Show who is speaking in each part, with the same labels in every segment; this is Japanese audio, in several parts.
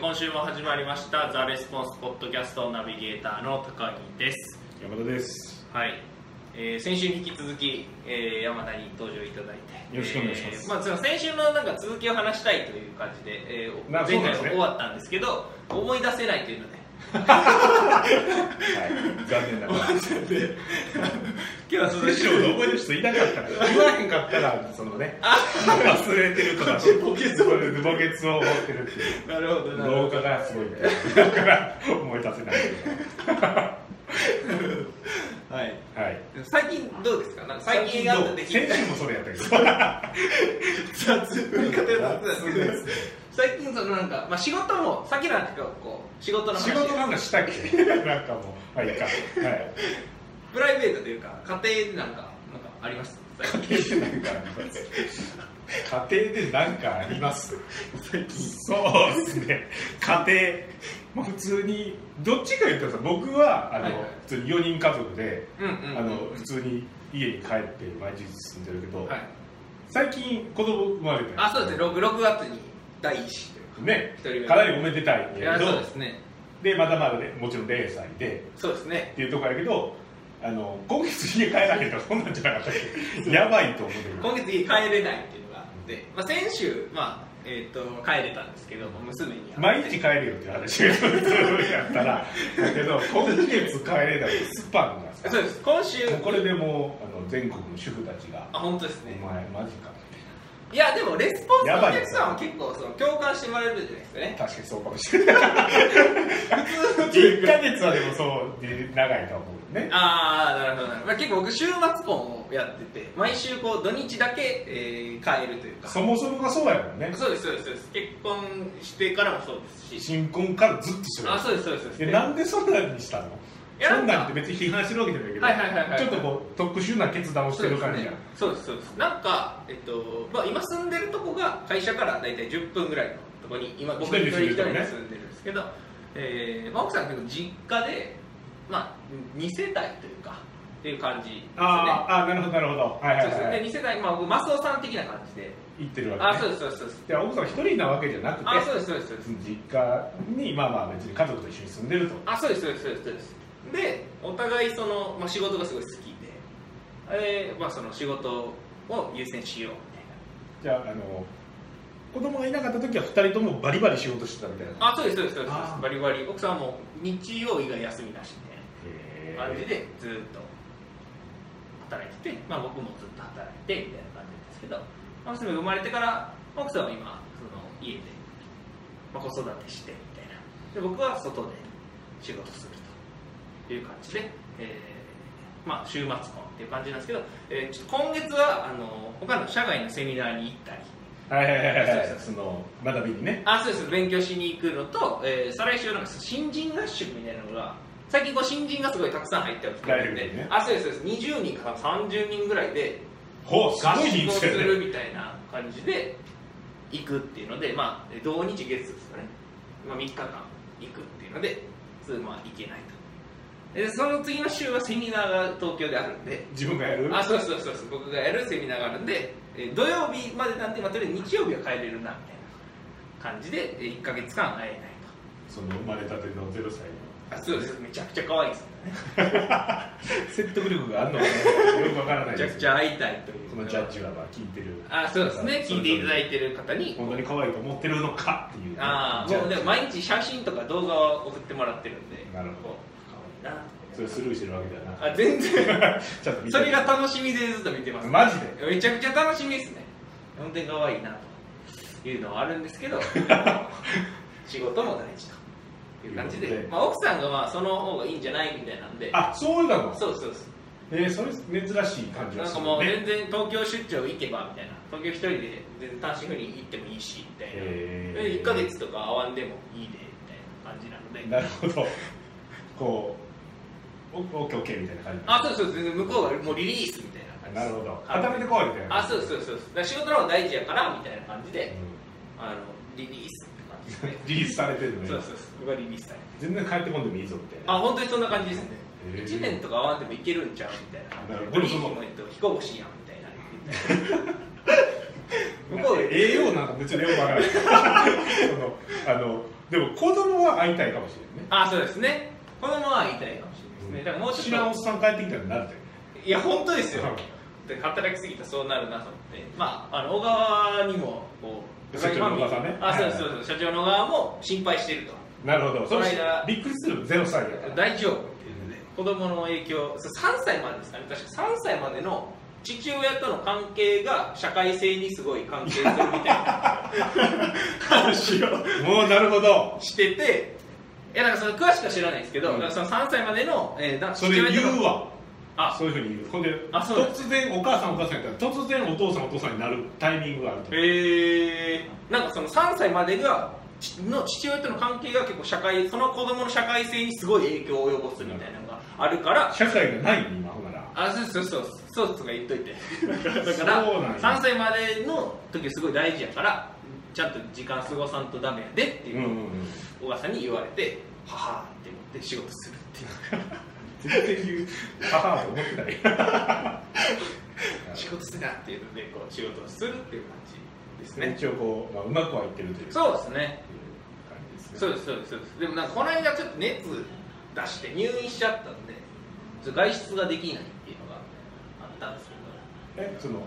Speaker 1: 今週も始まりましたザ・レスポンスポッドキャストナビゲーターの高木です
Speaker 2: 山田です。
Speaker 1: はい、えー先週に引き続き、えー山田に登場いただいて
Speaker 2: よろしくお願いします
Speaker 1: えーまあつまり先週のなんか続きを話したいという感じで、えー
Speaker 2: まあ
Speaker 1: 前
Speaker 2: そうな
Speaker 1: 回
Speaker 2: んです
Speaker 1: は
Speaker 2: ね
Speaker 1: 終わったんですけど思い出せないというの で
Speaker 2: はい、残念ながら。
Speaker 1: 今日はその
Speaker 2: 師匠が覚える人いなかったから、言わへんかったら、そのね、忘れてるとか、
Speaker 1: 墓穴
Speaker 2: を、墓穴を持ってるっていう。
Speaker 1: なるほどなる
Speaker 2: 老
Speaker 1: ほど
Speaker 2: 化がすごいみたいな。だから、思い出せない
Speaker 1: はい
Speaker 2: けど。はい。
Speaker 1: 最近どうですかなんか最近あった出来
Speaker 2: 先
Speaker 1: 事
Speaker 2: 週もそれやったけど。
Speaker 1: 雑振り方が雑なんですけど
Speaker 2: す
Speaker 1: 最近そのなんか、まあ、仕事もさっきなんていうかこう仕事の話
Speaker 2: 仕事なんかしたっけ。 なんかもう、はい、いいか。はい。
Speaker 1: プライベートというか家庭でなんかなんかあります最近
Speaker 2: 家庭でなんかあります。家庭でなんかあります。
Speaker 1: 最近
Speaker 2: そうですね。家庭、まあ、普通にどっちか言ったらさ、僕はあの、
Speaker 1: はいはい
Speaker 2: 普通に四人家族で、
Speaker 1: うんうんうん
Speaker 2: あの普通に家に帰って毎日住んでるけど、
Speaker 1: はい
Speaker 2: 最近子供生まれて
Speaker 1: あそうですね 6, 6月に第1子というか
Speaker 2: ね
Speaker 1: 一人目
Speaker 2: かなりおめでたいん
Speaker 1: い
Speaker 2: や
Speaker 1: や
Speaker 2: けど
Speaker 1: そうですね
Speaker 2: でまだまだねもちろん0歳で
Speaker 1: そうですね
Speaker 2: っていうところやけどあの今月家帰らへんとかそんなんじゃなかったっけやばいと思ってる
Speaker 1: 今月家帰れないっていうのがあって、まあ、先週、まあえー、と帰れたんですけど娘に会って
Speaker 2: 毎日帰れよっていう話がそうやったらだけど今月帰れないスパンがさ
Speaker 1: そうです今週
Speaker 2: もうこれでもうあの全国の主婦たちが
Speaker 1: あ本当で
Speaker 2: 「
Speaker 1: す
Speaker 2: お
Speaker 1: ね
Speaker 2: 前マジか
Speaker 1: いやでもレスポンス
Speaker 2: や
Speaker 1: の
Speaker 2: ば
Speaker 1: お
Speaker 2: い
Speaker 1: 客
Speaker 2: です
Speaker 1: さんは結構その共感してもらえるじゃないですか」ね
Speaker 2: 確かにそうかもしれない
Speaker 1: 普通 の
Speaker 2: 1ヶ月はでもそうで長いと思うね
Speaker 1: ああなるほどなるほど、まあ、結構僕週末婚をやってて毎週こう土日だけ、えー帰るというか
Speaker 2: そもそもがそうやもんね
Speaker 1: そうですそうですそうです結婚してからもそうですし
Speaker 2: 新婚からずっとしてる
Speaker 1: あそうですそうですそうです
Speaker 2: でなんでそんなんにしたの
Speaker 1: いや
Speaker 2: そんなんって別に批判してるわけじゃないけど、
Speaker 1: はいはいはいはい
Speaker 2: ちょっとこう特殊な決断をし
Speaker 1: そう
Speaker 2: て
Speaker 1: で
Speaker 2: る
Speaker 1: す
Speaker 2: 感じ
Speaker 1: ね
Speaker 2: やん、
Speaker 1: そうですそうですなんか、えっとまあ、今住んでるとこが会社から大体10分ぐらいのとこに今僕一
Speaker 2: 一
Speaker 1: 人
Speaker 2: 人
Speaker 1: 一
Speaker 2: で
Speaker 1: 人で住
Speaker 2: 住んでるとこね
Speaker 1: んでるんですけど、えーまあ、奥さん結構実家で、まあ、2世帯というかっていう感じですね
Speaker 2: あーあーなるほどなるほどはいはい
Speaker 1: そう
Speaker 2: はい、
Speaker 1: ですね、2世帯、まあ、僕マスオさん的な感じで
Speaker 2: 行ってるわけ、ね、
Speaker 1: あそうですそうですそうです
Speaker 2: いや奥さん一人なわけじゃなくて
Speaker 1: あそうですそうですそうです
Speaker 2: 実家にまあまあ別に家族と一緒に住んでると
Speaker 1: あそうですそうですそうですそうですでお互いその、まあ、仕事がすごい好きで、えーまあ、その仕事を優先しようみ
Speaker 2: じゃああの子供がいなかった時は二人ともバリバリ仕事してたみたいな
Speaker 1: たいなあそうですそうですそうですそうで
Speaker 2: あ
Speaker 1: す
Speaker 2: ー
Speaker 1: バリバリ奥さんはもう日曜以外休みなしみ
Speaker 2: へ
Speaker 1: たい
Speaker 2: ー
Speaker 1: な感じでずーっと働いてて、まあ、僕もずっと働いてみたいな感じですけど、まあ、娘が生まれてから奥さんは今その家で、まあ、子育てしてみたいなで僕は外で仕事するという感じで、えーまあ、週末婚っていう感じなんですけど、えーちょっと今月はあの他の社外のセミナーに行ったり
Speaker 2: はいはいはいはい
Speaker 1: そうそう
Speaker 2: その学びにね
Speaker 1: あそうです勉強しに行くのと、えー再来週なんか新人合宿みたいなのが最近こう新人がすごいたくさん入ってきてるんで、
Speaker 2: 大学にね
Speaker 1: あそうですそうです20人から30人ぐらいで
Speaker 2: ほうす
Speaker 1: 合
Speaker 2: ごい
Speaker 1: 宿
Speaker 2: 人
Speaker 1: をす
Speaker 2: 数やね
Speaker 1: るみたいな感じで行くっていうので、まあ、えー同日月ですかね、まあ、3日間行くっていうので普通まあ行けないとでその次の週はセミナーが東京であるんで
Speaker 2: 自分がやる
Speaker 1: あそうそうそうそう僕がやるセミナーがあるんで、えー土曜日までなんで、まあ、とりあえず日曜日は帰れるなみたいな感じで1か月間会えない
Speaker 2: その生まれたてのゼロ歳
Speaker 1: とあそうですめちゃくちゃ可愛いですよね
Speaker 2: の説得力があるのかなよくわからな
Speaker 1: め
Speaker 2: い
Speaker 1: ちゃく
Speaker 2: です
Speaker 1: ちゃ会いたいという
Speaker 2: このジャッジはまあ聞いてる
Speaker 1: あそうですね聞いていただい
Speaker 2: て
Speaker 1: てる方に
Speaker 2: 本当に可愛いと思ってるのかっていう
Speaker 1: ああ
Speaker 2: ジャッ
Speaker 1: もう
Speaker 2: ジ
Speaker 1: でも毎日写真とか動画を送ってもらってるんで
Speaker 2: なるほど
Speaker 1: こう可愛いな
Speaker 2: それスルーしてるわけではなく
Speaker 1: あ全然
Speaker 2: ちゃんと見て
Speaker 1: そ
Speaker 2: る
Speaker 1: れが楽しみでずっと見てます
Speaker 2: マジで
Speaker 1: めちゃくちゃ楽しみですね本当に可愛いなというのはあるんですけ ど仕事も大事という感じで
Speaker 2: ということで
Speaker 1: まあ、奥さんがまあその方がいいんじゃないみたいなんで
Speaker 2: あそうなの
Speaker 1: そうそうそう
Speaker 2: えー、それ珍しい感じ
Speaker 1: な
Speaker 2: が
Speaker 1: ん
Speaker 2: す
Speaker 1: か
Speaker 2: る
Speaker 1: もう
Speaker 2: ね
Speaker 1: 全然東京出張行けばみたいな東京一人で全然単身赴任行ってもいいしみたいな
Speaker 2: へ
Speaker 1: 1
Speaker 2: ー
Speaker 1: か月とか会わんでもいいでみたいな感じなので
Speaker 2: なるほどこうオッケーオッケーみたいな感じ
Speaker 1: あそうそう全然向こうがもうリリースみたいな感じ
Speaker 2: なるほど固めてこいみたいな
Speaker 1: あそうそうそうだから仕事の方が大事やからみたいな感じで、あのリリースって感じで
Speaker 2: うんリリースされてるのね
Speaker 1: そうそうそう僕がリリースされて
Speaker 2: 全然帰ってこんでもいいぞみたい
Speaker 1: あ
Speaker 2: な
Speaker 1: 本当にそんな感じですね
Speaker 2: へー
Speaker 1: 1年とか会わんでもいけるんちゃうみたいな
Speaker 2: なるほど
Speaker 1: でもその飛行士やんみたいな向こう
Speaker 2: 栄養なんか別によくわからないそのあのでも子供は会いたいかもしれんね
Speaker 1: あそうですねこのままは言いたいかもしれないですね、だからもう
Speaker 2: 知
Speaker 1: ち
Speaker 2: らん
Speaker 1: ょ
Speaker 2: お
Speaker 1: っ
Speaker 2: っさん帰ってきたらなるで
Speaker 1: といや本当ですよ
Speaker 2: うん
Speaker 1: で働きすぎたらそうなるなと思ってまああの小川にもこう
Speaker 2: 社長の小川さんね
Speaker 1: あそうですそうです社長の小川も心配してると
Speaker 2: なるほど
Speaker 1: こ
Speaker 2: そ
Speaker 1: の
Speaker 2: れ
Speaker 1: 間
Speaker 2: びっくりするゼロ歳やから
Speaker 1: 大丈夫っていうので子供の影響そう3歳までですかね確か3歳までの父親との関係が社会性にすごい関係するみたい な話を
Speaker 2: もうなるほど
Speaker 1: してていやだからその詳しくは知らないですけど、
Speaker 2: うん
Speaker 1: だからその3歳までの、えーだ
Speaker 2: それ
Speaker 1: 父親との
Speaker 2: 言うわ
Speaker 1: あ
Speaker 2: そういうふうに言うほんで
Speaker 1: あそうなんで
Speaker 2: 突然お母さんお母さんやったら突然お父さんお父さんになるタイミングがあると
Speaker 1: へえなんかその3歳までがちの父親との関係が結構社会その子供の社会性にすごい影響を及ぼすみたいなのがあるから
Speaker 2: 社会がないね今ほんなら
Speaker 1: あそうそうそうそうとか言っといてだから
Speaker 2: そうなんや
Speaker 1: 3歳までの時すごい大事やからちゃんと時間過ごさんとダメやでってい
Speaker 2: うんうん
Speaker 1: う
Speaker 2: うん
Speaker 1: 小川さんに言われてははーって思って仕事するっていう
Speaker 2: 絶対言う 母と思ってない
Speaker 1: 仕事するなっていうのでこう仕事をするっていう感じですね
Speaker 2: 一応こう、まあ、うまくはいってるという
Speaker 1: そうですね
Speaker 2: 感じですね
Speaker 1: そうですそうですそうですでもなんかこの間ちょっと熱出して入院しちゃったんでちょっと外出ができないっていうのがあったんです
Speaker 2: えその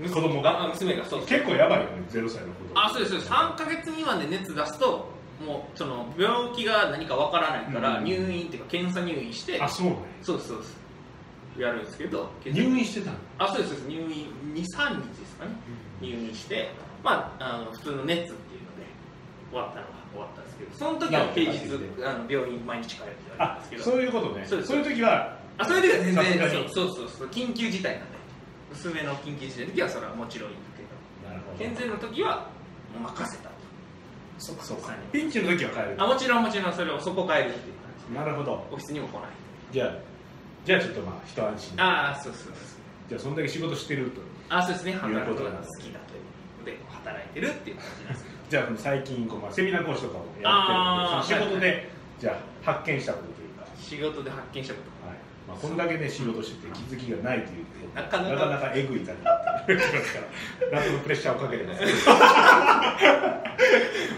Speaker 1: けど
Speaker 2: 子供
Speaker 1: があ
Speaker 2: が
Speaker 1: 娘がそう
Speaker 2: 結構やばいよねゼロ歳の子供
Speaker 1: あそうですそうです3か月未満で熱出すともうその病気が何かわからないから
Speaker 2: うん
Speaker 1: 入院っていうか検査入院して、
Speaker 2: あそうね
Speaker 1: そうですそうですやるんですけど検査
Speaker 2: 入院してたの
Speaker 1: あそうですそうです入院23日ですかね入院してまああの普通の熱っていうので終わったのは終わったんですけどその時は平日あの病院毎日通ってたん
Speaker 2: あ
Speaker 1: ですけど
Speaker 2: そういうことね
Speaker 1: そ
Speaker 2: そうう
Speaker 1: です
Speaker 2: いう時は
Speaker 1: あそれでは全
Speaker 2: さすが
Speaker 1: 然
Speaker 2: に
Speaker 1: そうそうそうそう緊急事態なんで娘の緊急事態の時はそれはもちろんいいけど
Speaker 2: なるほど
Speaker 1: 健全の時はもう任せたと
Speaker 2: そっかそっかピンチの時は帰る
Speaker 1: あもちろんもちろんそれをそこ変えるっていう感じ
Speaker 2: なるほど
Speaker 1: オフィスにも来ない
Speaker 2: じゃあじゃあちょっとまあ一安心
Speaker 1: ああそうそうそう
Speaker 2: じゃあそんだけ仕事してると
Speaker 1: あそうですね働く
Speaker 2: いうこ
Speaker 1: ことと
Speaker 2: な
Speaker 1: が
Speaker 2: ん
Speaker 1: 好
Speaker 2: です
Speaker 1: きだということで働いてるっていう感じなんですけど
Speaker 2: じゃあ最近こう、まあ、セミナー講師とかもや
Speaker 1: あー
Speaker 2: ってるんでその仕事で、
Speaker 1: はい
Speaker 2: じゃあ発見したことというか、はい
Speaker 1: 仕事で発見したこと
Speaker 2: まあ、こんだけね仕事してて気づきがないという
Speaker 1: なかなか
Speaker 2: なかなかえぐい感じになってるからラップのプレッシャーをかけてます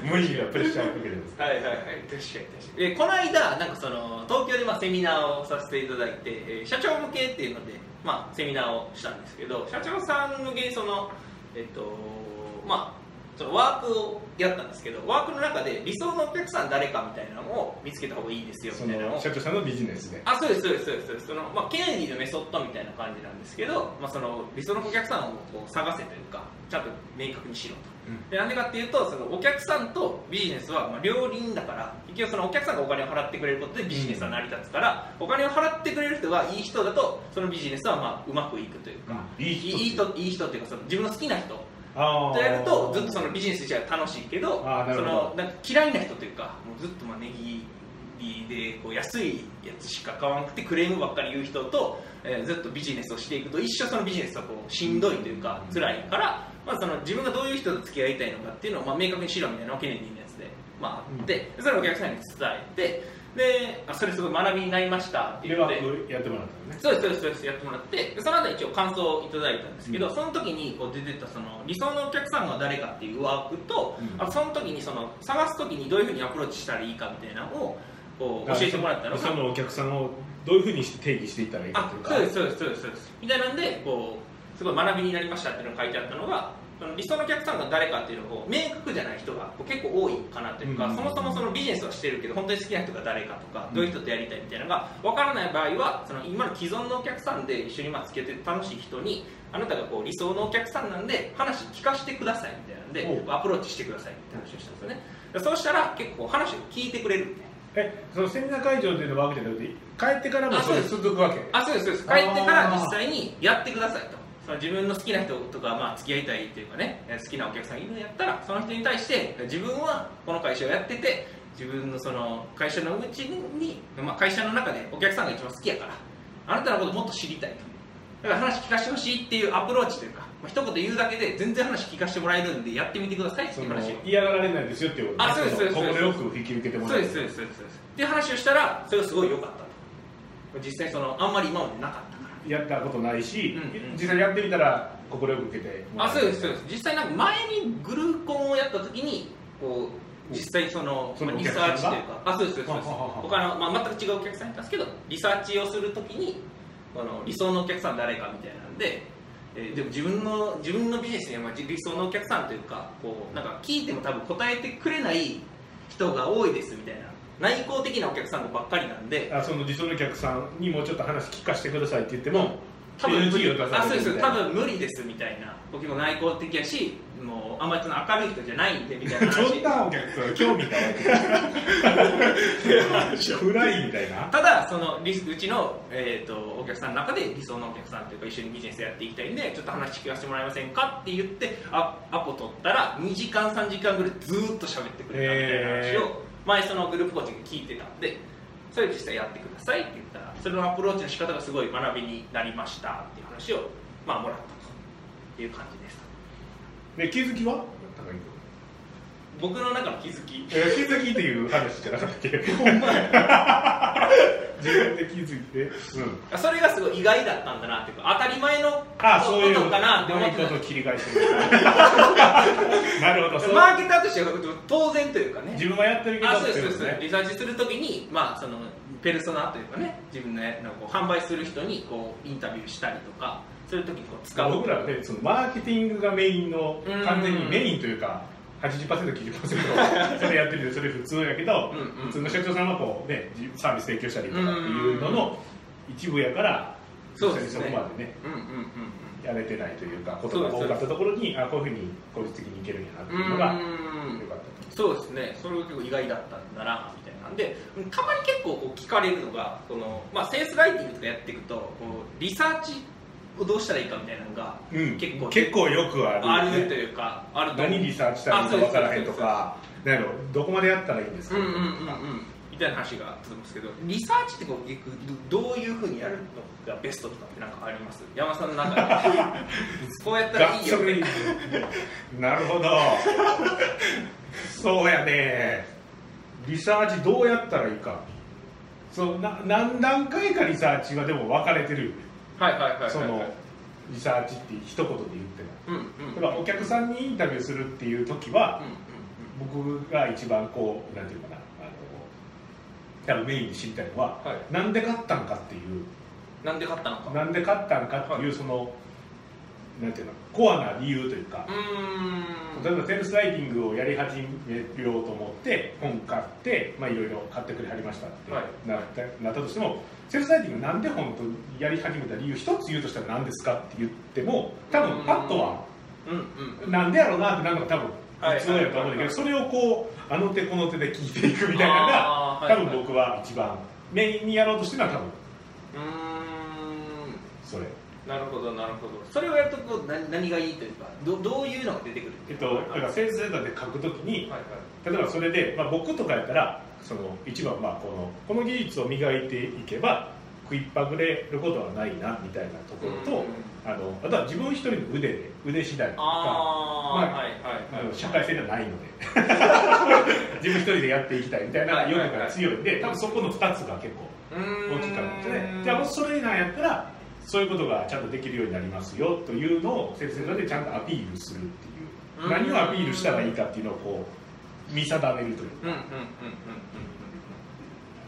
Speaker 2: 無理がプレッシャーをかけてます
Speaker 1: はいはいはい確かに確かにえこの間なんかその東京でまあセミナーをさせていただいて、えー社長向けっていうので、まあ、セミナーをしたんですけど社長さん向けにそのえっとまあそのワークをやったんですけどワークの中で理想のお客さん誰かみたいなのを見つけた方がいいですよ
Speaker 2: そ
Speaker 1: みたいなの
Speaker 2: の
Speaker 1: を
Speaker 2: 社長さんのビジネスで
Speaker 1: あそうですそうですそうですそうですその、まあ、ケネディのメソッドみたいな感じなんですけど、まあ、その理想のお客さんをこう探せというかちゃんと明確にしろと、
Speaker 2: うん
Speaker 1: でなんでかっていうとそのお客さんとビジネスはまあ両輪だから結局そのお客さんがお金を払ってくれることでビジネスは成り立つから、お金を払ってくれる人がいい人だとそのビジネスはまあうまくいくというか、
Speaker 2: うんいい人
Speaker 1: いい人いい人っていうかその自分の好きな人
Speaker 2: あ
Speaker 1: とやるとずっとそのビジネス自体は楽しいけど
Speaker 2: あーな
Speaker 1: そ
Speaker 2: るほど
Speaker 1: のなんか嫌いな人というかもうずっとまあネギでこう安いやつしか買わなくてクレームばっかり言う人と、えーずっとビジネスをしていくと一生そのビジネスはこうしんどいというか
Speaker 2: うん
Speaker 1: 辛いから、まあ、その自分がどういう人と付き合いたいのかっていうのをまあ明確にしろみたいなのをケネディのやつで、まあ、あってそれをお客さんに伝えてであそれすごい学びになりましたって
Speaker 2: で
Speaker 1: いうの
Speaker 2: は
Speaker 1: で。
Speaker 2: やってもらったのね
Speaker 1: そうですそうですそうですやってもらってその後一応感想をいただいたんですけど、
Speaker 2: うん
Speaker 1: その時にこう出てたその理想のお客さんは誰かっていうワークと、
Speaker 2: うん
Speaker 1: あその時にその探す時にどういうふうにアプローチしたらいいかみたいなのをこう教えてもらったのが
Speaker 2: そのお客さんをどういうふうにして定義していったらいいか
Speaker 1: あ
Speaker 2: というか
Speaker 1: そうですそうですそうですそうですみたいなんでこうすごい学びになりましたっていうのが書いてあったのがその理想のお客さんが誰かっていうのを明確じゃない人がこう結構多いかなというか、
Speaker 2: うん
Speaker 1: そもそもそのビジネスはしてるけど本当に好きな人が誰かとか
Speaker 2: うん
Speaker 1: どういう人とやりたいみたいなのが分からない場合はその今の既存のお客さんで一緒にまあつけて楽しい人にあなたがこう理想のお客さんなんで話聞かせてくださいみたいなんで
Speaker 2: お
Speaker 1: アプローチしてくださいって話をしたんですよねでそうしたら結構話を聞いてくれるみたいな
Speaker 2: えそのセミナー会場でのワークじゃなくて帰ってからも
Speaker 1: あ
Speaker 2: そ
Speaker 1: そう
Speaker 2: れ
Speaker 1: です
Speaker 2: 続くわけ
Speaker 1: あそうですそうです帰ってから
Speaker 2: あー
Speaker 1: 実際にやってくださいとその自分の好きな人とか、まあ、付き合いたいっていうかねえー好きなお客さんいるんやったらその人に対して自分はこの会社をやってて自分のその会社のうちに、まあ、会社の中でお客さんが一番好きやからあなたのこともっと知りたいとだから話聞かせてほしいっていうアプローチというか、まあ、一言言うだけで全然話聞かせてもらえるんでやってみてくださいって
Speaker 2: そ
Speaker 1: いう
Speaker 2: の
Speaker 1: 話を
Speaker 2: 嫌がられないですよっていうこと
Speaker 1: あそうですそうです
Speaker 2: ここでよく引き受けてもら
Speaker 1: そう
Speaker 2: え
Speaker 1: で
Speaker 2: る
Speaker 1: すそうですそうですそうですっていう話をしたらそれがすごい良かったと実際そのあんまり今までなかったから
Speaker 2: やったことないし、
Speaker 1: うんうん
Speaker 2: 実際やってみたら快く受けてもら
Speaker 1: あ
Speaker 2: える
Speaker 1: そうですそうです実際なんか前にグルコンをやった時にこう実際その
Speaker 2: その
Speaker 1: まあ
Speaker 2: お
Speaker 1: リ
Speaker 2: 客
Speaker 1: サ
Speaker 2: さ
Speaker 1: ーチと
Speaker 2: んが
Speaker 1: いうかあそうですそうですそうです
Speaker 2: はははは
Speaker 1: 他の、まあ、全く違うお客さんいたんですけどリサーチをするときにこの理想のお客さん誰かみたいなんで、えーでも自分の自分のビジネスにはまあ理想のお客さんというかこうなんか聞いても多分答えてくれない人が多いですみたいな内向的なお客さんばっかりなんで
Speaker 2: あその理想のお客さんにもうちょっと話聞かせてくださいって言っても、
Speaker 1: 多分無
Speaker 2: NG
Speaker 1: 理
Speaker 2: を出
Speaker 1: あ
Speaker 2: さ
Speaker 1: そう
Speaker 2: れ
Speaker 1: で
Speaker 2: るみ
Speaker 1: す
Speaker 2: たい
Speaker 1: 多
Speaker 2: な
Speaker 1: 分無理ですみたいな僕も内向的やしもうあんまりその明るい人じゃないんでみたいな話
Speaker 2: どんなお客さん興味が湧 いて暗いみたいな
Speaker 1: ただそのリスうちの、えー、とお客さんの中で理想のお客さんというか一緒にビジネスやっていきたいんでちょっと話聞かせてもらえませんかって言ってあアポ取ったら2時間3時間ぐらいずーっと喋ってくれたみたいな話を前そのグループコーチが聞いてたんでそれを実際やってくださいって言ったらそれのアプローチの仕方がすごい学びになりましたっていう話をまあもらったという感じです
Speaker 2: で気づきは高木君
Speaker 1: 僕の中の気づき
Speaker 2: えー気づきっていう話じゃなかったっけ自分で気づいて、うん、
Speaker 1: それがすごい意外だったんだなっていうか当たり前のこ
Speaker 2: ああそういう
Speaker 1: とかなって思ってた
Speaker 2: うまいこと切り返してる なるほどそう
Speaker 1: マーケターとしては当然というかね
Speaker 2: 自分はやってるけど
Speaker 1: あそうで
Speaker 2: って
Speaker 1: す
Speaker 2: い
Speaker 1: そうう
Speaker 2: こ
Speaker 1: で
Speaker 2: と
Speaker 1: す、リサーチするときに、まあ、そのペルソナというかね自分のこう販売する人にこうインタビューしたりとかそういう時にこう使う
Speaker 2: 僕らはねそのマーケティングがメインの
Speaker 1: うん
Speaker 2: 完全にメインというか 80%90% それやってるでそれ普通やけ
Speaker 1: う
Speaker 2: ど
Speaker 1: んうん
Speaker 2: 普通の社長さんはこう、ね、じサービス提供したりとかっていうのの一部やから
Speaker 1: そうです
Speaker 2: そ
Speaker 1: ね
Speaker 2: こまでね
Speaker 1: うんうんうん
Speaker 2: やれてないというかことが多かったところにあこういうふうに効率的にいけるんやなって
Speaker 1: うん
Speaker 2: いうの
Speaker 1: う
Speaker 2: がよ
Speaker 1: んうん
Speaker 2: かったと。
Speaker 1: そうですねそれが結構意外だったんだなみたいなんでたまに結構こう聞かれるのがその、まあ、セールスライティングとかやっていくとこうリサーチをどうしたらいいかみたいなのが
Speaker 2: うん
Speaker 1: 結構
Speaker 2: 結構よくある,、
Speaker 1: あるというかあると
Speaker 2: 何リサーチしたらいいか分からへんとかなんやろどこまでやったらいいんです
Speaker 1: う
Speaker 2: か
Speaker 1: ん
Speaker 2: と
Speaker 1: うん
Speaker 2: か、
Speaker 1: うんうんみたいな話があったと思うんですけどリサーチってこう結局どどういうふうにやるのがベストとかってなんかあります山田さんの中 でこうやったら
Speaker 2: が
Speaker 1: いい
Speaker 2: そ
Speaker 1: よ
Speaker 2: れ
Speaker 1: ね
Speaker 2: なるほどそうやねリサーチどうやったらいいかそうな何段階かリサーチはでも分かれてるよね
Speaker 1: はいはいはいはい
Speaker 2: そ
Speaker 1: はい
Speaker 2: のリサーチって一言で言って
Speaker 1: うんうん
Speaker 2: もだからお客さんにインタビューするっていう時
Speaker 1: う
Speaker 2: は
Speaker 1: んうん
Speaker 2: 僕が一番こうなんていうかなあの多分メインで知りたいのは
Speaker 1: うんは
Speaker 2: なんで買ったんかっていう
Speaker 1: いなんで買ったのかう
Speaker 2: なんで買ったんかっていうそのなんていうのコアな理由というか
Speaker 1: ーん
Speaker 2: 例えばセールスライティングをやり始めようと思って本買ってまあいろいろ買ってくれはりましたって
Speaker 1: はい
Speaker 2: なった,、なったとしてもセールスライティングなんで本当やり始めた理由一つ言うとしたら何ですかって言っても多分パッとは
Speaker 1: うんうん
Speaker 2: なんでやろうなってなんか多分普通やと思うんだ
Speaker 1: はいはいはいは
Speaker 2: け
Speaker 1: い
Speaker 2: どそれをこうあの手この手で聞いていくみたいなのが
Speaker 1: あーは
Speaker 2: 多
Speaker 1: いはい
Speaker 2: 分僕は一番メインにやろうとしてるのは多分
Speaker 1: うーん
Speaker 2: それ。
Speaker 1: なるほどなるほどそれをやるとこう何何がいいというかどどういうのが出てくる
Speaker 2: えっと、だ
Speaker 1: は
Speaker 2: か
Speaker 1: いは
Speaker 2: ら
Speaker 1: い
Speaker 2: セールスデータで書くときに、例えばそれで、まあ、僕とかやったらその一番まあこのこの技術を磨いていけば食いっぱぐれることはないなみたいなところ
Speaker 1: うんう
Speaker 2: と
Speaker 1: ん
Speaker 2: あのあとは自分一人の腕で腕次第と
Speaker 1: あ
Speaker 2: かま
Speaker 1: あ
Speaker 2: あ
Speaker 1: はい
Speaker 2: あ
Speaker 1: はいは
Speaker 2: の
Speaker 1: い
Speaker 2: 社会性ではないの で自分一人でやっていきたいみたいな
Speaker 1: はい
Speaker 2: 世
Speaker 1: はいはい
Speaker 2: の中が強いんで多分そこの2つが結構大
Speaker 1: 大
Speaker 2: きかったねじゃあもしそれなんやったらそういうことがちゃんとできるようになりますよというのを先生でちゃんとアピールするっていう
Speaker 1: うん
Speaker 2: 何をアピールしたらいいかっていうのをこう見定めるという
Speaker 1: うんうんうんうんうんうん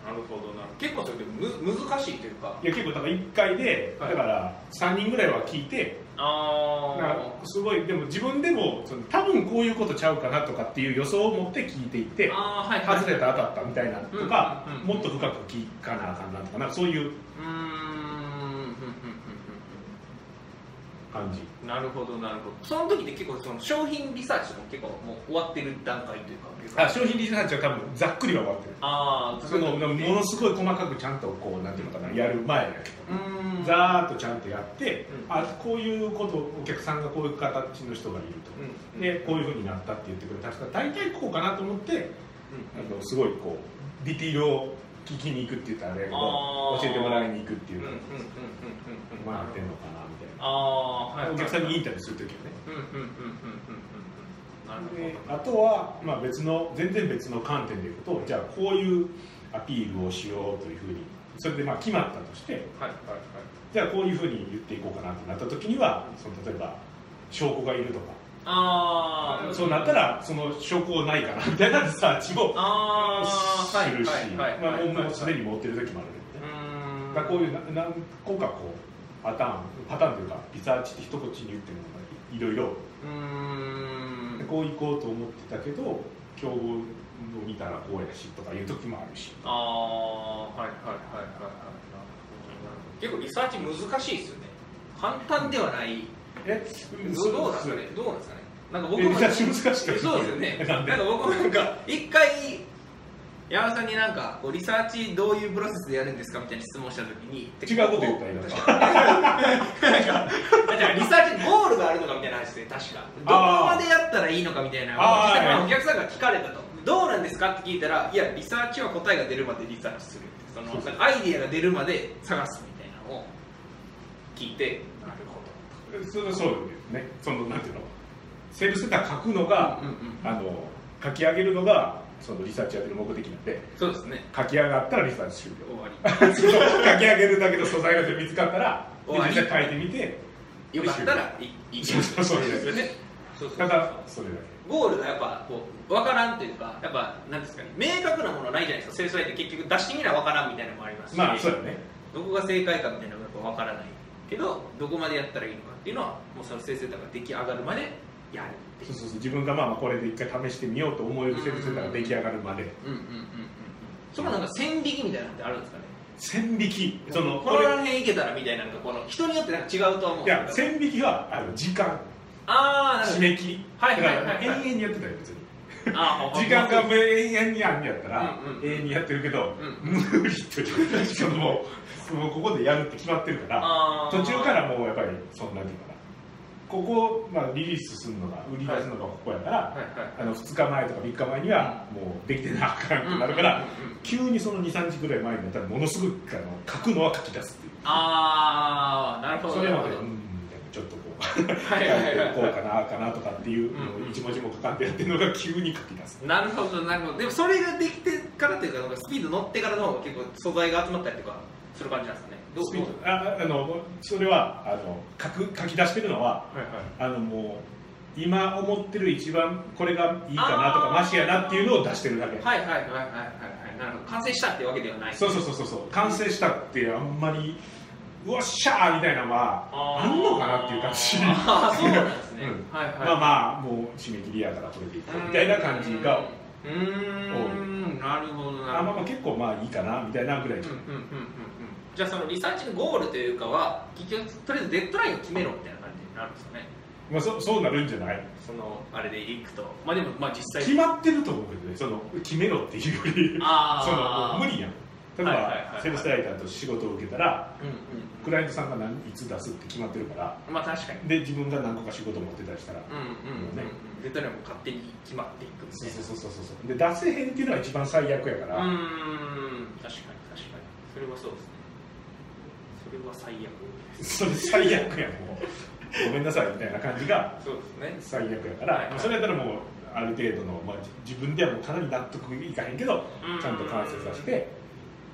Speaker 1: なるほどな結構それでむ難しいというか
Speaker 2: いや結構だから1回でだ
Speaker 1: はい
Speaker 2: から3人ぐらいは聞いてなん
Speaker 1: あ
Speaker 2: かすごいでも自分でもその多分こういうことちゃうかなとかっていう予想を持って聞いていって
Speaker 1: あーはいはい
Speaker 2: 外れた当たったみたいなとか
Speaker 1: うんうんうん
Speaker 2: もっと深く聞かなあかんなとかなんかそういう
Speaker 1: うーんうんうんうん
Speaker 2: 感じ
Speaker 1: うんなるほどなるほどその時って結構その商品リサーチも結構もう終わってる段階というか
Speaker 2: あ商品リサーチは多分ざっくりは終わってる
Speaker 1: ああ
Speaker 2: そのものすごい細かくちゃんとこうなんていうのかなやる前だけ
Speaker 1: うーん
Speaker 2: どざーっとちゃんとやって、
Speaker 1: うん
Speaker 2: あこういうことお客さんがこういう形の人がいると、
Speaker 1: うん
Speaker 2: でこういうふうになったって言ってくれた人が大体こうかなと思って
Speaker 1: うんうん
Speaker 2: あのすごいこうディティールを聞きに行くって言ったらあれやけど
Speaker 1: あー
Speaker 2: 教えてもらいに行くっていううん
Speaker 1: うんうんうんうんうん
Speaker 2: まあやってんのかなみたいな、
Speaker 1: あーはいはい
Speaker 2: お客さんにインタビューするときはね
Speaker 1: うんうんうんうんうんうんうんなるほど
Speaker 2: であとは、まあ、別の全然別の観点でいくとじゃあこういうアピールをしようというふうにそれでまあ決まったとして
Speaker 1: はいはいはい
Speaker 2: じゃあこういうふうに言っていこうかなってなった時にはその例えば証拠がいるとか
Speaker 1: あー
Speaker 2: そうなったらその証拠ないかなみたいなリサーチを
Speaker 1: あーはい
Speaker 2: するし
Speaker 1: はいはい
Speaker 2: まあ
Speaker 1: はい
Speaker 2: もうもうすでに持ってる時もあるんで
Speaker 1: うー
Speaker 2: ね
Speaker 1: ん
Speaker 2: だからこういうな何個かこうパターンパターンというかリサーチって一口に言ってもいろいろ
Speaker 1: うーん
Speaker 2: こう行こうと思ってたけど競合を見たらこうやしとかいう時もあるし
Speaker 1: ああはいはいはいはいはい結構リサーチ難しいですよね簡単ではない
Speaker 2: え
Speaker 1: どどうなんです かねどうなんですかねなんか僕
Speaker 2: え
Speaker 1: も
Speaker 2: リサーチ難しくない
Speaker 1: そうですよね
Speaker 2: な
Speaker 1: なんん
Speaker 2: で
Speaker 1: か僕もなんか一回山田さんになんかこうリサーチどういうプロセスでやるんですかみたいな質問したときに
Speaker 2: 違うこと言ったらいいのか
Speaker 1: 確かになんかだからリサーチにゴールがあるのかみたいな話で確かどこ
Speaker 2: あー
Speaker 1: までやったらいいのかみたいな
Speaker 2: あー
Speaker 1: 実際ま
Speaker 2: は
Speaker 1: あ
Speaker 2: い
Speaker 1: お客さんが聞かれたとどうなんですかって聞いたらいやリサーチは答えが出るまでリサーチするその
Speaker 2: そうそう
Speaker 1: なんかアイディアが出るまで探すみたいなのを聞いてなるほど
Speaker 2: それはそうだよねそのなんていうのセールスレター書くのが、
Speaker 1: うんうんうん
Speaker 2: あの書き上げるのがそのリサーチやってる目的なんで
Speaker 1: そうですね
Speaker 2: 書き上がったらリサーチ終了
Speaker 1: 終わり
Speaker 2: そう書き上げるだけの素材が見つかったら
Speaker 1: 終わり
Speaker 2: 実際書いてみて
Speaker 1: よかったらいいいい
Speaker 2: そうそうそう
Speaker 1: ですよねそうそうそ
Speaker 2: た
Speaker 1: う
Speaker 2: だそれだ
Speaker 1: ゴールがやっぱこう分からんというかやっぱなんですかね明確なものないじゃないですか制裁って結局出してみな分からんみたいなのもあります
Speaker 2: け
Speaker 1: し、
Speaker 2: まあそうだね
Speaker 1: どこが正解かみたいなのがやっぱ分からないけどどこまでやったらいいのかっていうのはもうその制裁とか出来上がるまでやるってい
Speaker 2: そううそうそう自分がまあまあこれで一回試してみようと思えるセールスレターが出来上がるまで
Speaker 1: うんうんうんうんうんそこなんか線引きみたいなのってあるんですかね
Speaker 2: 線引きその
Speaker 1: こ
Speaker 2: こ
Speaker 1: の
Speaker 2: れ
Speaker 1: 辺いけたらみたいなのがこの人によってなんか違うとは思うん
Speaker 2: いや
Speaker 1: ですけど
Speaker 2: 線引きはあの時間
Speaker 1: ああなるほ
Speaker 2: 締
Speaker 1: ど
Speaker 2: め切り
Speaker 1: はいはいはいはい
Speaker 2: だから永遠にやってたよ別に
Speaker 1: あー
Speaker 2: 時間が永遠にやんやったら、
Speaker 1: うんうん
Speaker 2: 永遠にやってるけど、
Speaker 1: う
Speaker 2: 無理って 言ってしかももうもうここでやるって決まってるから
Speaker 1: あー
Speaker 2: 途中からもうやっぱりそんなんていうかなここを、まあ、リリースするのが売り出すのがここやから、
Speaker 1: はいはい
Speaker 2: あの2日前とか3日前にはもうできてなあかんってなるから、
Speaker 1: うんうんうん
Speaker 2: 急にその23時ぐらい前になったらものすごくあの書くのは書き出すっていう
Speaker 1: ああなるほど
Speaker 2: それ
Speaker 1: なる
Speaker 2: ま
Speaker 1: ほ
Speaker 2: で
Speaker 1: ど
Speaker 2: うんみたいなちょっとこう
Speaker 1: はいはいはい
Speaker 2: こうかなああかなとかっていう
Speaker 1: うん
Speaker 2: のを一文字も書かんでやってるのが急に書き出す
Speaker 1: なるほどなるほどでもそれができてからというかなんかスピード乗ってからの方が結構素材が集まったりとかする感じなんですかねどう
Speaker 2: スピードああのそれはあの書く書き出してるのは
Speaker 1: はいはい
Speaker 2: あのもう今思ってる一番これがいいかなとか
Speaker 1: あー
Speaker 2: マシやなっていうのを出してるだけ
Speaker 1: はいはいはいはいはいはいなるほど完成したっていうわけではない
Speaker 2: そうそうそうそうそう完成したってあんまりうわっしゃーみたいなのは
Speaker 1: あ
Speaker 2: あ
Speaker 1: ー
Speaker 2: んのかなっていう感じ
Speaker 1: ああそうなんですね、
Speaker 2: うん
Speaker 1: はいはい
Speaker 2: まあまあもう締め切りやからこれでいこうみたいな感じが
Speaker 1: うーんなるほど
Speaker 2: あ
Speaker 1: なる
Speaker 2: ま
Speaker 1: ほど
Speaker 2: あまあ結構まあいいかなみたいなぐらい
Speaker 1: うんうんうんうんうんじゃあそのリサーチのゴールというかは結局とりあえずデッドラインを決めろみたいな感じになるんですかね
Speaker 2: まあそそうなるんじゃない
Speaker 1: そのあれでいくとまあでもまあ実際
Speaker 2: 決まってると思うけどねその決めろっていうより その
Speaker 1: ああ
Speaker 2: もう無理やん例え
Speaker 1: はいはいはいはい
Speaker 2: ばセールスライターと仕事を受けたら
Speaker 1: うんうん
Speaker 2: クライアントさんが何いつ出すって決まってるから
Speaker 1: まあ確かに
Speaker 2: で自分が何個か仕事持ってたりしたら、
Speaker 1: うんうんうん
Speaker 2: ね
Speaker 1: デッドラインも勝手に決まっていくんです
Speaker 2: そ
Speaker 1: ね
Speaker 2: うそうそうそうそうで出せへんっていうのは一番最悪やか
Speaker 1: う
Speaker 2: ら、
Speaker 1: ん確かに確かにそれはそうですねそれは最悪です
Speaker 2: それ最悪やんもうごめんなさいみたいな感じが
Speaker 1: そうですね
Speaker 2: 最悪やから、
Speaker 1: はい
Speaker 2: まあそれやったらもうある程度の、まあ、じ自分ではもうかなり納得いかへんけど
Speaker 1: うん
Speaker 2: ちゃんと完成させて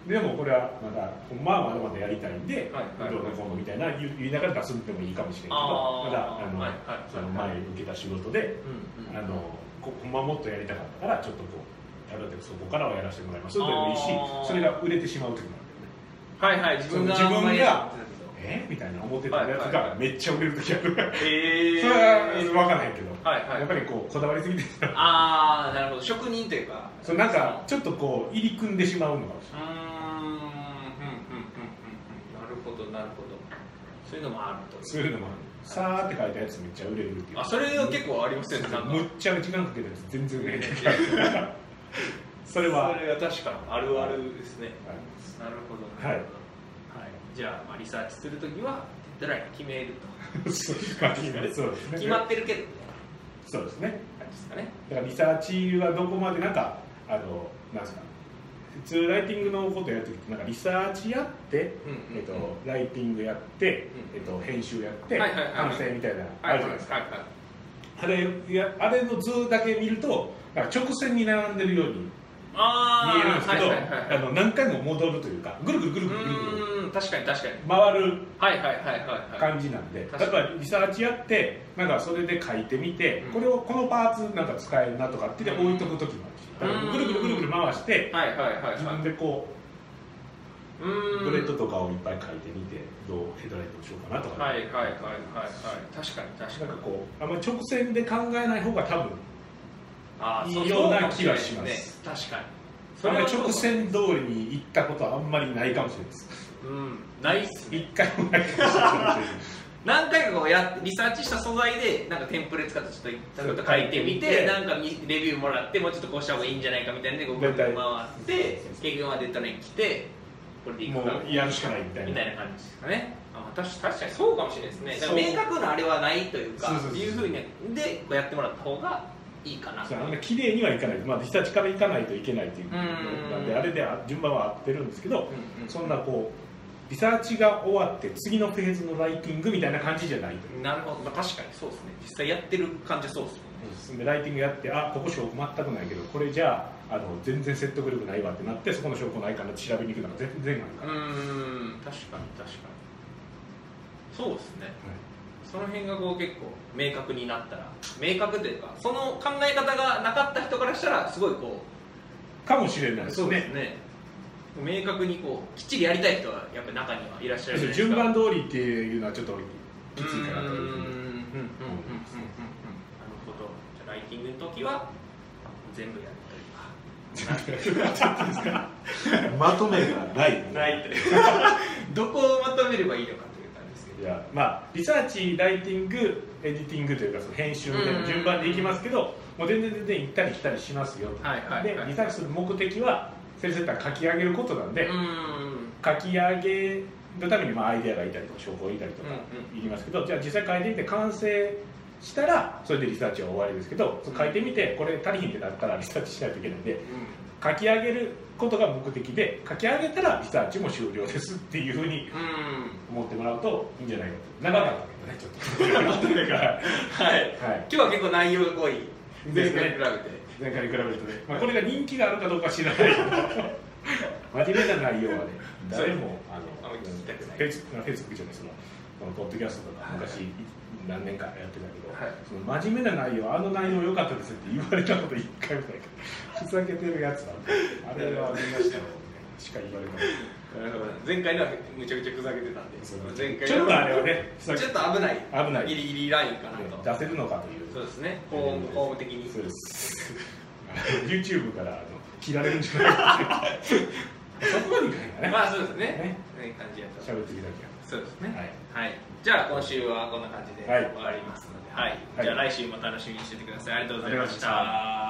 Speaker 2: でもこれはまだほんまはまだまだやりたいんで、
Speaker 1: はいはいはい
Speaker 2: どうのこうのみたいな言う言いながら出すんでもいいかもしれんけど
Speaker 1: あー
Speaker 2: まだあの、
Speaker 1: はいはいはい
Speaker 2: その前受けた仕事で
Speaker 1: うんうん
Speaker 2: あのこほんまはもっとやりたかったからちょっとこうやるそこからはやらせてもらいますでもいいし
Speaker 1: あー
Speaker 2: それが売れてしまう時も
Speaker 1: はいはい自分が
Speaker 2: 自分が
Speaker 1: あんまりやってたけど
Speaker 2: あるんだよねえみたいな思ってたや
Speaker 1: は
Speaker 2: つ
Speaker 1: いはい
Speaker 2: がめっちゃ売れる時ある
Speaker 1: へえ
Speaker 2: それは分からへんけど、
Speaker 1: はいはい
Speaker 2: やっぱりこうこだわりすぎて
Speaker 1: ああなるほど職人というか
Speaker 2: そうなんかちょっとこう入り組んでしまうのかもし
Speaker 1: うーんうんうんうんうんうんなるほどなるほどそういうのもあるという
Speaker 2: れないそういうのもあるさーって書いたやつめっちゃ売れるっていう
Speaker 1: あそれは結構ありますよねなんか
Speaker 2: むっちゃ時間かけたやつ全然売れないそれは
Speaker 1: それは確かにあるあるですね
Speaker 2: は
Speaker 1: なるほど
Speaker 2: はい
Speaker 1: なるほどはいじゃあまあリサーチするときはデッドライン決める
Speaker 2: いそうまあそうです
Speaker 1: と
Speaker 2: ね
Speaker 1: 決まってるけどみ
Speaker 2: そうですね
Speaker 1: たいな感じですかね
Speaker 2: だからリサーチはどこまでなんかあのなんですか普通ライティングのことやるときってなんかリサーチやって、
Speaker 1: うんうん
Speaker 2: えっと、ライティングやって、
Speaker 1: うん
Speaker 2: えっと、編集やって、
Speaker 1: はいはいはい
Speaker 2: 完成みたいな、あるじゃないですか、
Speaker 1: はいはいはい
Speaker 2: あれいやあれの図だけ見るとなんか直線に並んでるように見
Speaker 1: あー
Speaker 2: えるんですけど、
Speaker 1: はいはいはい
Speaker 2: あの何回も戻るというかぐるぐるぐるぐるぐるぐる
Speaker 1: うーんうん確かに確かに
Speaker 2: 回る
Speaker 1: はいはいはいはいはい
Speaker 2: 感じなんで、
Speaker 1: 確か
Speaker 2: だ
Speaker 1: に
Speaker 2: からリサーチやってなんかそれで書いてみて、
Speaker 1: うん
Speaker 2: これをこのパーツなんか使えるなとかってで置いとく時もあるしだからぐるぐるぐるぐる回して
Speaker 1: はいはいはい
Speaker 2: 自
Speaker 1: は
Speaker 2: 分
Speaker 1: い
Speaker 2: でこ
Speaker 1: うー
Speaker 2: うんブレッドとかをいっぱい書いてみてどうヘッドライトにしようかなとか、
Speaker 1: はいはいはいはいはい確かに確か
Speaker 2: なんか
Speaker 1: に
Speaker 2: こうあんまり直線で考えない方が多分
Speaker 1: あーそう
Speaker 2: いいような
Speaker 1: そうかもれないです
Speaker 2: 気がします
Speaker 1: ね確かに
Speaker 2: あんまり
Speaker 1: はそうか
Speaker 2: 直線通りに行ったことはあんまりないかもしれないです
Speaker 1: うんないっす
Speaker 2: 一
Speaker 1: ね
Speaker 2: 回もないかもしれないです
Speaker 1: 何回かこうやリサーチした素材でなんかテンプレ使ってちょっとちょっと書いてみ
Speaker 2: そう書いて
Speaker 1: てなんかみレビューもらってもうちょっとこうした方がいいんじゃないかみたいなねこうぐるぐる回って結局まあデッドライン来てこれでいく
Speaker 2: も
Speaker 1: か
Speaker 2: うやるしかないみたい
Speaker 1: み
Speaker 2: な
Speaker 1: たいな感じですかね。あ確か確かにそうかもしれないですね。だか
Speaker 2: そう
Speaker 1: ら明確なあれはないというか、
Speaker 2: そうそうそう
Speaker 1: いうふうにねでこうやってもらった方がいいかな。
Speaker 2: そうあんまり綺麗にはいかない、まあ、リサーチからいかないといけないというなんで
Speaker 1: うん
Speaker 2: あれであ順番は合ってるんですけど
Speaker 1: うんうん
Speaker 2: そんなこうリサーチが終わって次のフェーズのライティングみたいな感じじゃないと
Speaker 1: なるほど、まあ、確かにそうですね。実際やってる感じはそうですもんね。
Speaker 2: でライティングやってあここ証拠全くないけどこれじゃああの全然説得力ないわってなってそこの証拠ないかなって調べに行くのが全然ある
Speaker 1: う
Speaker 2: から、
Speaker 1: ーん、確かに確かに。そうですね。その辺がこう結構明確になったら、明確というか、その考え方がなかった人からしたら、すごいこ
Speaker 2: かもしれないで
Speaker 1: う、
Speaker 2: すね
Speaker 1: ね。明確にこうきっちりやりたい人はやっぱり中にはいらっしゃるじゃないですか。
Speaker 2: 順番通りっていうのはちょっと俺きついかな
Speaker 1: う
Speaker 2: と
Speaker 1: んうんう
Speaker 2: いうふう
Speaker 1: んうんうんうん
Speaker 2: に
Speaker 1: なるほどじゃあライティングの時は全部やるという
Speaker 2: まとめがない
Speaker 1: かないというかどこをまとめればいいのかという感じですけど
Speaker 2: いやまあリサーチライティングエディティングというかその編集みたいな順番でいきますけど、もう全然全然行ったり来たりしますよと、
Speaker 1: はいはいはい
Speaker 2: でリサーチする目的は先生言ったら書き上げることなんで、
Speaker 1: うん
Speaker 2: 書き上げるためにまあアイデアがいたりとか証拠がいたりとか
Speaker 1: うん
Speaker 2: いきますけど、じゃあ実際書いてみて完成したらそれでリサーチは終わりですけど書いてみてこれ足りひんってなったらリサーチしないといけないんで書き上げることが目的で書き上げたらリサーチも終了ですっていうふうに
Speaker 1: うん
Speaker 2: 思ってもらうといいんじゃないかと長かったけどねちょっとだから
Speaker 1: はい
Speaker 2: はい
Speaker 1: 今日は結構内容が濃い
Speaker 2: です
Speaker 1: 前回に
Speaker 2: ね
Speaker 1: 比べて
Speaker 2: 前回に比べる とね、まあ、これが人気があるかどうかは知らないけど真面目な内容はね誰もあ
Speaker 1: あん
Speaker 2: の
Speaker 1: まり聞きたくない
Speaker 2: フェイスフェイスブックじゃないそのこのポッドキャストとか
Speaker 1: はい
Speaker 2: 昔、何年かやってたけど、
Speaker 1: はい
Speaker 2: その真面目な内容あの内容良かったですって言われたこと一回もないからふざけてるやつだあれは見ましたもんねしか言われない
Speaker 1: 前回のはむちゃくちゃふざけてたんで
Speaker 2: そう
Speaker 1: 前回の
Speaker 2: ちょっとあれはねふ
Speaker 1: ち
Speaker 2: ざ
Speaker 1: ょっ
Speaker 2: け
Speaker 1: と危ない
Speaker 2: 危ない
Speaker 1: ギリギリラインかなと
Speaker 2: 出せるのかという
Speaker 1: そうですね法務法務的に
Speaker 2: そうです YouTube からあの切られるんじゃないか ってそこまでいかないからね
Speaker 1: まあそうですねいい感じやった
Speaker 2: 喋ってきたけ
Speaker 1: そうですね
Speaker 2: はい
Speaker 1: はい、じゃあ今週はこんな感じで
Speaker 2: はい
Speaker 1: 終わりますので、はい
Speaker 2: はい
Speaker 1: じゃあ来週も楽しみにしててくださいありがとうございました、
Speaker 2: ありがとうございました